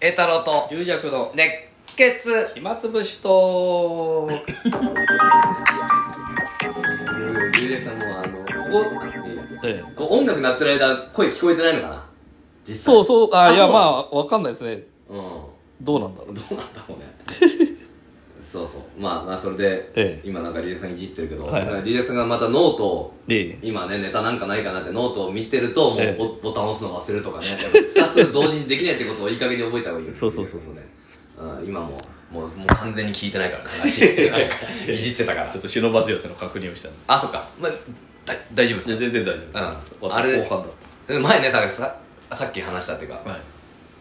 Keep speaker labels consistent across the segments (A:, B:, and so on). A: 栄太郎と
B: 龍尺の
A: 熱血
B: 暇つぶしと
A: ゆうやさんもうあのこ
B: え
A: ここう音楽鳴ってる間声聞こえてないのかな実際
B: そうそうあ
A: あ
B: いや
A: そう
B: まあわかんないですね
A: ううん
B: どうなんだろう
A: どうなんだろ うねそうそうまあまあそれで、
B: ええ
A: 今なんかリリアさんいじってるけど、
B: はいはい
A: リリアさんがまたノートを
B: え
A: 今ねネタなんかないかなってノートを見てるともうボ,、
B: ええ
A: ボタン押すの忘れるとかね2つ同時にできないってことをいい加減に覚えた方がいいよ
B: そうそうそうそうそう
A: うん今ももうもう完全に聞いてないからね足 なんかいじってたから
C: ちょっと忍ばず寄せの確認をしたん
A: あそっか、まあ、だ大丈夫です
C: でいや全然大丈夫です、
A: うん
C: また
A: あれ
C: 後半だっ
A: で前ねさささっき話したっていうか、
C: たはい、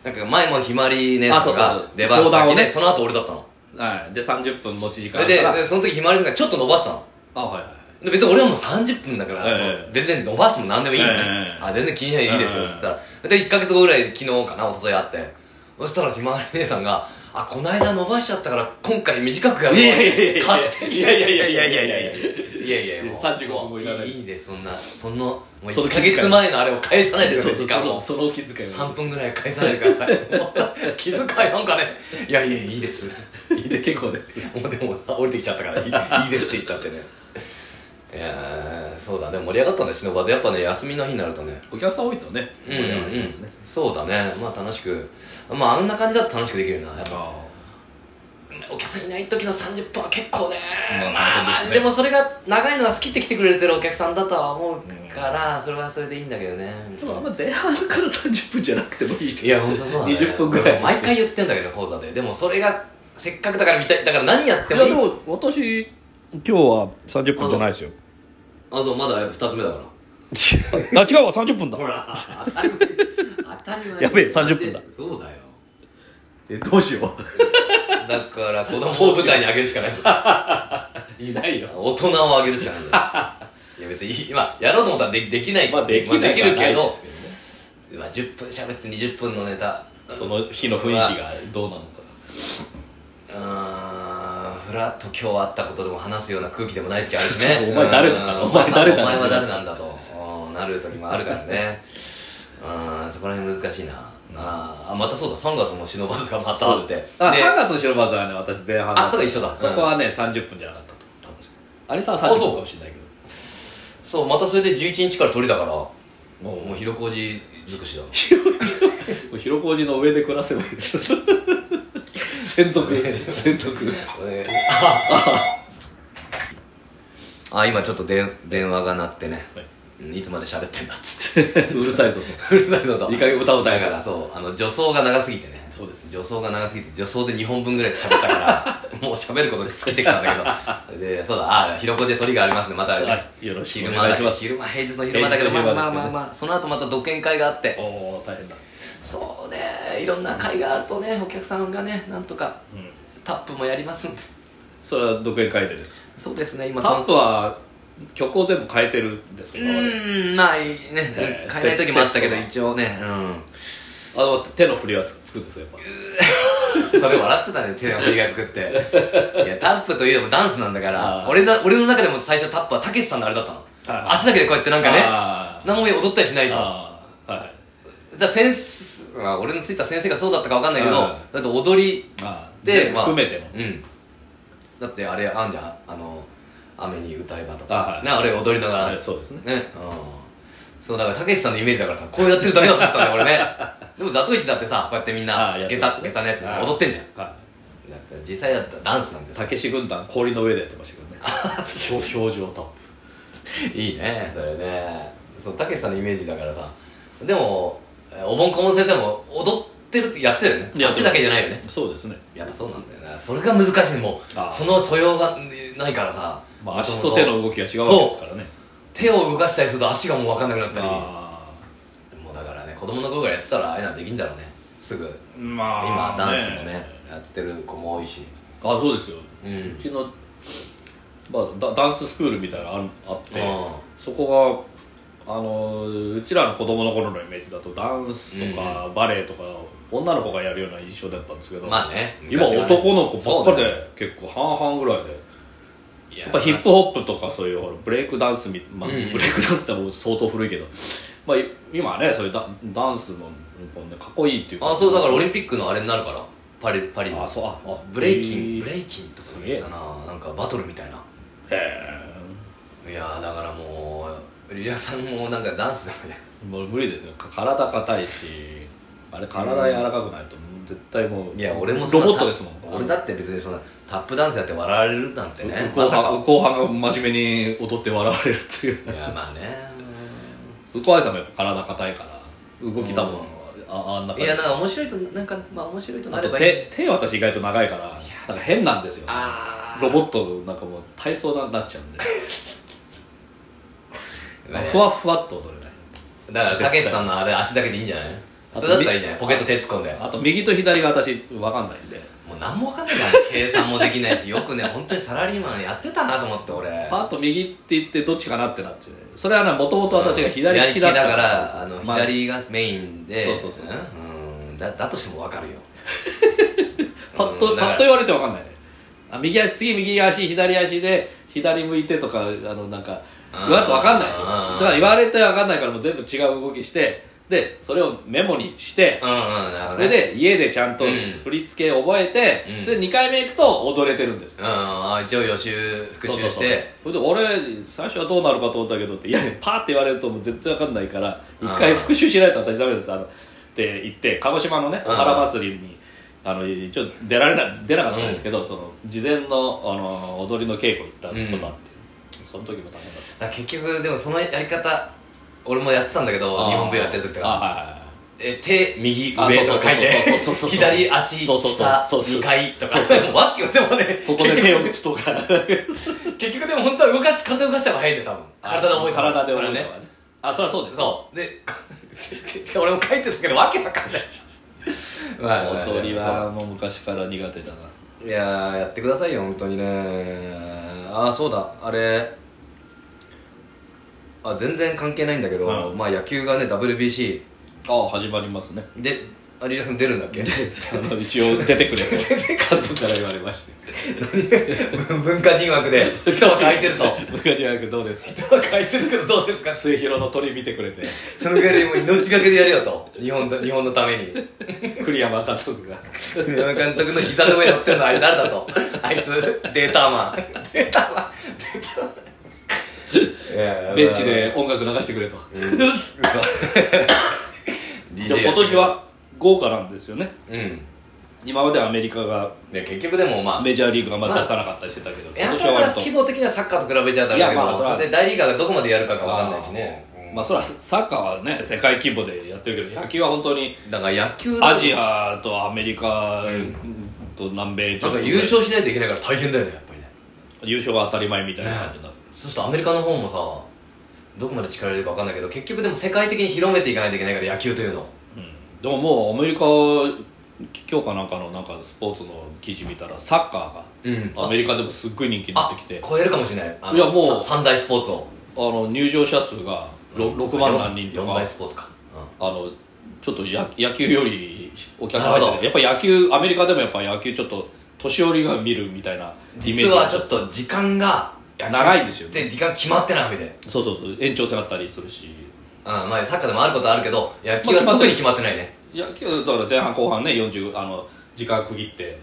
A: なんか前もひまりね
C: あ
A: と
C: そうそう
A: か
C: そう
A: 出番
C: 講談
A: 先
C: を
A: で、
C: ね
A: その後俺だったの
C: はい、で30分持ち時間あ
A: で
C: るから
A: でその時ひまりとかちょっと伸ばしたの
C: あはいはい
A: で別に俺はもう30分だから、
C: ええ
A: もう全然伸ばすも何でもいいよね、
C: ええ
A: あ全然気にしないでいいですよ、
C: ええ
A: そしたらで1ヶ月後ぐらい昨日かな一昨日あってそしたらひまわり姉さんが「あこの間伸ばしちゃったから今回短くやるわ」
C: いやいやいやいや
A: 勝手に
C: いやいやいやいやいやいやいや
A: いやいやもう
C: 35分もいらない
A: いいいですそんなそのもう
C: そ
A: 1
C: の
A: ヶ月前のあれを返さないでくだ
C: そ
A: さ
C: う
A: い
C: そ
A: 時
C: う
A: 間を
C: そのその気遣い
A: 3
C: は
A: 分ぐらい返さないでください もう気遣いなんかねいやいやいいですいいです
C: 結構です
A: もうでも降りてきちゃったからいいいいですって言ったってねいやーそうだね盛り上がったね忍ばずやっぱね休みの日になるとね
C: お客さん多いとね
A: うん、う
C: 盛り上がりま
A: ん
C: すね、、
A: そうだねまあ楽しくまああんな感じだと楽しくできるなやっぱ
C: あ
A: お客さんいない時の30分は結構ね
C: まあ
A: まあま
C: 大変で
A: あ
C: すね
A: でもそれが長いのは好きって来てくれてるお客さんだとは思うからそれはそれでいいんだけどね
C: ーでもあんま前半から30分じゃなくてもいい
A: いや本当そうだ、ね、
C: 20分ぐらい
A: 毎回言ってんだけど講座ででもそれがせっかくだから見たいだから何やって
B: い
A: も
B: や
A: いい
B: でも私今日は30分じゃないですよ
A: あそうまだ2つ目だから
B: あ違うわ30分だ
A: ほら当たり前当た り前
B: やべえ30分だ
A: そうだよ
C: えどうしよ
A: だから子供を舞台にあげるしかないぞ
C: ういないよ
A: 大人をあげるしかないぞ いや別に今やろうと思ったらでできない
C: まあできない
A: できるけど
C: はないです
A: うわ10分喋って20分のネタ
C: けどねその日の雰囲気がどうなのか
A: うーんふらっと今日あったことでも話すような空気でもない時あるし
C: そう
A: ね
C: お前誰なんだ
A: うん
C: お前誰なんだ
A: お前は誰なんだとうんなる時もあるからねうんそこら辺難しいなあーまたそうだ3月も忍ばずがまたあってで
C: あ3月の白バズはね私前半だ
A: あそうか一緒だ
C: そこはね30分じゃなかったと思うあれさ
A: そう
C: 30分かもしれないけど
A: そうまたそれで11日から鳥だからもう
C: もう
A: もう広小路尽くしだ
C: もう広小路の上で暮らせばいいです 専属専属
A: えー ああ今ちょっと電電話が鳴ってね、
C: はい
A: うんいつまで喋ってんだっつって
C: うるさいぞ
A: うるさいのと
C: といい加減歌うた
A: だ
C: い
A: か
C: から
A: らそうあの女装が長すぎてね
C: そうです
A: 女装が長すぎて女装で2本分ぐらい喋ったから もう喋ることに尽きてきたんだけどでそうだあひろこで鳥がありますねまた、
C: はいよろしく
A: 昼
C: お
A: 間
C: 願い
A: だ
C: します
A: 昼間平日の昼間だけど
C: 平日の昼
A: まあ
C: 間
A: まあま
C: ですよ
A: あ
C: ね
A: まあその後また独演会があって
C: おおー大変だ
A: そうねいろんな会があるとねお客さんがねなんとか
C: うん
A: タップもやりますんで
C: それは独演会でですか
A: そうですね今
C: タップは曲を全部変えてるんです
A: う
C: か今まで
A: ーんまあいいね
C: えー
A: 変えない時もあったけど
C: ステップ
A: 一応ねうん
C: あの手の振りはつつくんですよやっ
A: それ笑ってたね手の振りが作っていやタップといえどもダンスなんだから
C: あー
A: 俺の俺の中でも最初タップはたけしさんのあれだったの
C: はい
A: 足だけでこうやってなんか
C: ぱ
A: ね
C: あ
A: 何も踊ったりしない
C: ー
A: と
C: あーはい
A: だから先生まあ俺のついた先生がそうだったかわかんないけど
C: はい
A: だって踊り
C: あー
A: で
C: 全部
A: まあ
C: 含めても
A: うんだってあれあんじゃんあの雨に歌えばと
C: あ
A: か
C: はい
A: ねあれ踊りながら
C: はいそうですね
A: ね、うん、そうだからたけしさんのイメージだからさこうやってるだけだと思ったんだよ俺ねでも「ザトイチ」だってさこうやってみんな
C: あやって
A: 下
C: ま
A: 駄
C: すね
A: 下駄のやつでさ
C: はい
A: 踊ってんじゃん
C: は
A: だって実際だったらダンスなんで
C: い
A: さ
C: たけし軍団氷の上でやってましたけどね表表情タップ
A: いいねそれねそうたけしさんのイメージだからさでもえーおぼんこぼん先生も踊ってるってやってるよね
C: や
A: 足だけじゃないよね
C: そうですね
A: やっぱそうなんだよなそれが難しいも
C: あ
A: う
C: ー
A: その素養がえーないからさ、
C: まあ足と手の動きが違うわけですからね
A: 手を動かしたりすると足がもう分かんなくなったり
C: あ
A: もうだからね子供の頃からやってたらああいうのはできんだろうねすぐ
C: ーま
A: 今ダンスもねやってる子も多いし
C: あそうですよ
A: う
C: うんちの、まあ、ダダンススクールみたいなのあるあって
A: あ
C: そこがあのうちらの子供の頃のイメージだとダンスとか、バレエとか女の子がやるような印象だったんですけど、
A: まあね
C: 今
A: 昔はね
C: 男の子ばっか
A: そう
C: で、
A: だね
C: 結構半々ぐらいで
A: いや
C: やっぱヒップホップとかそういうほらブレイクダンスみ、まあ、
A: うん
C: ブレイクダンスってもう相当古いけど、まあ、今はねそういうダダンスの日本でかっこいいっていう
A: あそうだからオ
C: 俺
A: リンピックのあれになるからパリパリの
C: あそうああ
A: ブレイキンブ
C: へ
A: レイキンとかでしたななんかバトルみたいな
C: え
A: いやーだからもうリアさんもなんかダンスだみたい
C: もう無理ですよか体硬いしあれ体柔らかくないと絶対もう
A: ないや俺もそ
C: ロ
A: な
C: ボットですもん
A: 俺だって別にそんなタップダンスやって笑われるなんてね
C: 後
A: まさか
C: 半後半が真面目に踊って笑われるっていう
A: いやまあね
C: 右近愛さんもやっぱ体硬いから動き多分ああんない
A: やなんか面白いとなんかまあ面白いとな
C: あ
A: れ
C: と
A: ばいい
C: 手手私意外と長いからなんか変なんですよ
A: あー
C: ロボットなんかもう体操ななっちゃうんで
A: ね
C: ふわふわっと踊れない
A: だからたけしさんのあれ足だけでいいんじゃない
C: あ
A: そ
C: と
A: れだったらいいんじゃないポケット手突っ込んで
C: あと右と左が私わかんないんで
A: もう何も分かんないから計算もできないしよくね本当にサラリーマンやってたなと思って俺
C: パッと右って言ってどっちかなってなっちゃうそれはもともと私が左利
A: 左
C: き
A: 利き
C: だ
A: だ
C: った
A: からあの
C: ま
A: 左がメインで
C: そうそうそうそうそ
A: うんだだとしても分かるよ
C: パッと
A: うんだ
C: パ
A: から
C: ッと言われてわかんないねあ右足次右足左足で左向いてとかあのなんか
A: うん
C: 言われてわかんないでしょ
A: う
C: だ
A: ん
C: から言われてわかんないからもう全部違う動きしてでそれをメモにして
A: うんうんなるほど
C: そ
A: ね
C: れで家でちゃんと
A: うん
C: 振り付け覚えて、
A: うん
C: それで2回目行くと踊れてるんですよ
A: うんあ一応予習復習して
C: そうそうそうそれで俺最初はどうなるかと思ったけどっていやパーって言われるともう絶対わかんないから
A: うん
C: 一回復習しないと私ダメですあのって言って鹿児島のね
A: うん
C: お原祭りにあの一応出られな出なかったんですけど、その事前のあの踊りの稽古行ったことあって、その時も大変だっ
A: だから結局でもそのやり方俺もやってたんだけど
C: た
A: 日本舞踊やってる時と
C: あ
A: か
C: はいはいはい
A: え手右
C: あ
A: 上とか書いて
C: そうそうそうそうそうそう
A: 左足
C: そうそうそう
A: 下
C: そうそう
A: 2回とかもう わけでもね
C: ここで手を打つとか
A: 結局でも本当は動かす体動かした方が早いんだよ多分体で覚えてる
C: 体で覚え
A: それね
C: たからねあそれはそうです
A: そうで 俺も書いてたけどわけわかんないまあまあ
C: 踊りはもう昔から苦手だない
A: やーやってくださいよ本当にねああそうだあれあ全然関係ないんだけど、
C: う
A: まあ野球がね WBC
C: ああ始まりますね
A: で有吉さん出るんだっけ
C: あの一応出て くれと監督から言われまして
A: 文化人枠 で人は書いてると
C: 昔はどうですか
A: 人は書いてるけどどうですか
C: 末広の鳥見てくれて
A: そのぐらいもう命がけでやるよと日本の日本のために
C: 栗山監督が
A: 栗山監督の膝の上に乗ってるのあれ誰だとあいつデータマンデータマンデータマンいやいや
C: ベンチで音楽流してくれと でも今年は豪華なんですよね
A: うん
C: 今までアメリカが
A: で結局でもまあ
C: メジャーリーグがまだ出さなかったりしてたけど
A: や
C: 今
A: っ
C: 年は
A: ぱ
C: 割
A: 規
C: と
A: 模的にはサッカーと比べちゃダメだけ
C: いやまあ
A: ど
C: それは
A: それで大リーガーがどこまでやるかが分かんないし
C: あ
A: ね
C: ーまあそれはサッカーはね世界規模でやってるけど野球は本当に
A: だから野球
C: アジアとアメリカと南米ち
A: な
C: ょ
A: ん
C: っ
A: か
C: と
A: 優勝しないといけないから大変だよねやっぱりね
C: 優勝が当たり前みたいな感じになる
A: そうするとアメリカの方もさどこまで力入れるか分かんないけど結局でも世界的に広めていかないといけないから野球というのを
C: でももうアメリカ今日かなんかのなんかスポーツの記事見たらサッカ
A: うん
C: ーがアメリカでもすっごい人気にな
A: あ
C: ってきてあ
A: 超えるかもしれないあの
C: いやもう
A: さ三大スポーツを
C: の入場者数が 6, 万何人と
A: 4
C: か
A: 大スポーツか
C: あのちょっとや野球よりお客さん入って
A: な
C: て
A: る
C: やっぱ野球アメリカでもやっぱ野球ちょっと年寄りが見るみたいなイメ
A: 実
C: ージ
A: は
C: が
A: ちょっと時間が
C: 長いんですよ
A: で時間決まってないわけで
C: そうそうそう延長戦あったりするし
A: うんまあサッカーでもあることはあるけど野球は
C: まあ決まって
A: 特に決まってないね
C: 野球だから前半後半ね40あの時間区切って、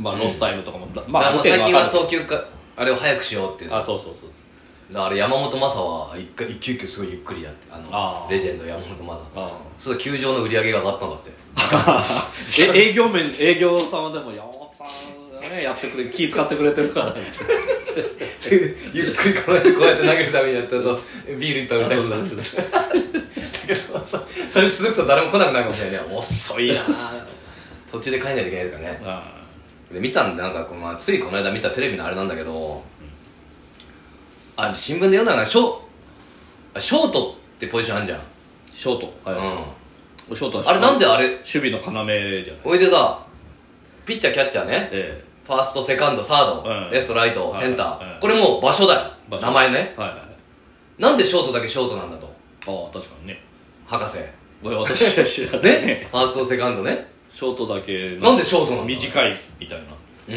C: まあ、ロスタイムとかも、ま
A: ま
C: あ
A: あ
C: ある
A: もう
C: 程度
A: 最近
C: わ
A: は
C: かる
A: 投球かあれを早くしようっていうだ
C: あ
A: か
C: そうそうそうそう
A: らあれ山本昌は一回一球一球すごいゆっくりやってあの
C: あー
A: レジェンド山本昌
C: ああ
A: そう球場の売り上げが上がったんだって
C: え営業面営業様でも山本さんがねやってくれ気使ってくれてるから
A: ゆっくり構えてこうやって投げるためにやったとビール一杯売りたいするんだ だけどそそれ続くと誰も来なくなるかもしれないね遅いな途中で帰んないといけないですからね
C: あ
A: で見たんでなんかこう、まあ、ついこの間見たテレビのあれなんだけど、あ新聞で読んだのがショあショートってポジションあるじゃん、
C: ショート、はいショートは
A: あれなんであれ
C: 守備の要じゃない
A: おいでだピッチャーキャッチャーね
C: え
A: ファーストセカンドサード、
C: うん
A: レフトライト
C: はい
A: センター、
C: うん
A: これもう場所だよ
C: 場所
A: 名前ね
C: えはいはいはい
A: なんでショートだけショートなんだと
C: ああ確かにね
A: 博 士ね
C: 俺 私は知らないね
A: ファーストセカンドね
C: ショートだけ
A: なんでショートなんだ
C: 短いみたい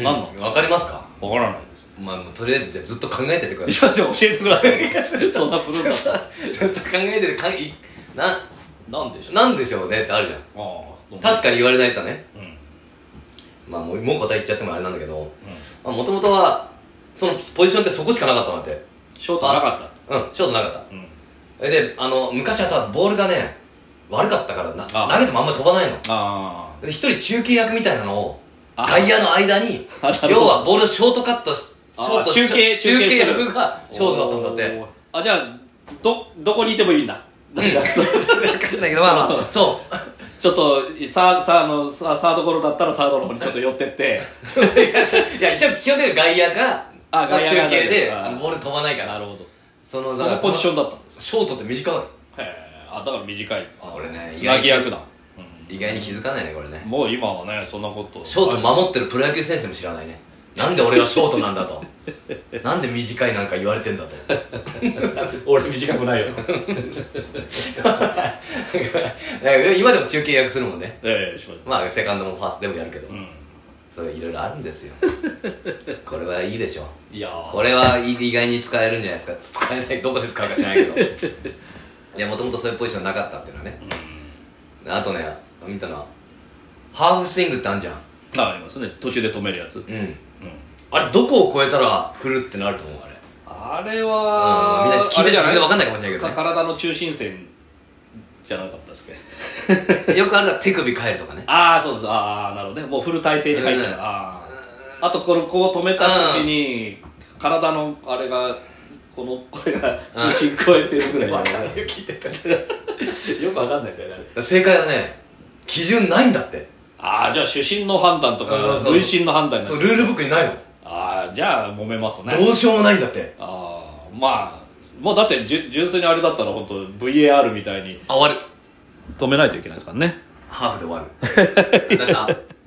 C: な、なん、な
A: のわかりますか
C: のわからないです
A: まあもうとりあえずじゃあずっと考えててください
C: じゃあじゃあ教えてくださいそんな古いんだったら
A: ちょっと考えてるかいな
C: なんでしょう
A: なんでしょうねってあるじゃん
C: ああ
A: 確かに言われないとね
C: に、うん
A: まあもうもう答え言っちゃってもあれなんだけどもともとはそのポジションってそこしかなかったなって
C: ショートなかっ
A: うんショートなかった
C: た、うん、
A: であの昔はたボールがね悪かったからな
C: あ
A: 投げてもあんまり飛ばないの
C: あ
A: で一人中継役みたいなのを
C: あ
A: 外野の間に
C: あなるほど
A: 要はボールをショートカットしシ
C: あ
A: ョート
C: 中
A: 中継
C: 継中継する
A: 役がショートだったんだって
C: おーあじゃあどどこにいてもいいんだ
A: 分かんないけどまあまあそ
C: ちょっとサーサーのサーサードゴロだったらサードの方に ちょっと寄ってって
A: ういや一応基本的に外野が
C: あ外野が
A: 中継で
C: あ
A: あのボール飛ばないから
C: るほど
A: その
C: そ
A: だから
C: のポジションだったんです
A: ショートって短い
C: へえあだから短い
A: これね
C: つなぎ役だ、
A: 意外に気づかないねこれね
C: うんもう今はねそんなこと
A: ショート守ってるプロ野球選手も知らないね。なんで俺はショートなんだ と。なんで短いなんか言われてんだと。
C: 俺短くないよ
A: 今でも中継役するもんね。
C: ええしまし
A: まあ、セカンドもファーストでもやるけど
C: う。ん
A: それいろいろあるんですよ。 これはいいでしょ。
C: いやー
A: これは意外に使えるんじゃないですか。使えない、どこで使うか知らないけど。いや、もともとそういうポジションなかったっていうのはね。あとね、見たのは、ハーフスイングってあんじゃん。
C: あありますね途中で止めるやつ、うん、
A: うん。あれ、どこを超えたら振るってなると思う、あれ。
C: あれ
A: うん
C: は
A: みんな聞いてる人
C: あ
A: 全
C: れ
A: 然わかんないかもしれないけどね
C: 体の中心線じゃなかったっすっけ
A: よくあれだ手首変えるとかね
C: ああそうですああなるほどねもうフル体勢に入った
A: うん
C: らあああとこれこう止めた時に体のあれがこのこれが中心超えてるぐらいだね
A: 聞いてた
C: よくわかんないんだよねあれ
A: 正解はね基準ないんだって
C: ああじゃあ主審の判断とか
A: うんそう
C: 塁審の判断に
A: そ
C: な
A: の
C: る
A: ルールブックにないの
C: ああじゃあ揉めますね
A: どうしようもないんだって
C: ああまあもうだってじゅ純粋にあれだったら本当 VAR みたいに
A: あ終わる
C: 止めないといけないですからね
A: ハーフで終わるだからさ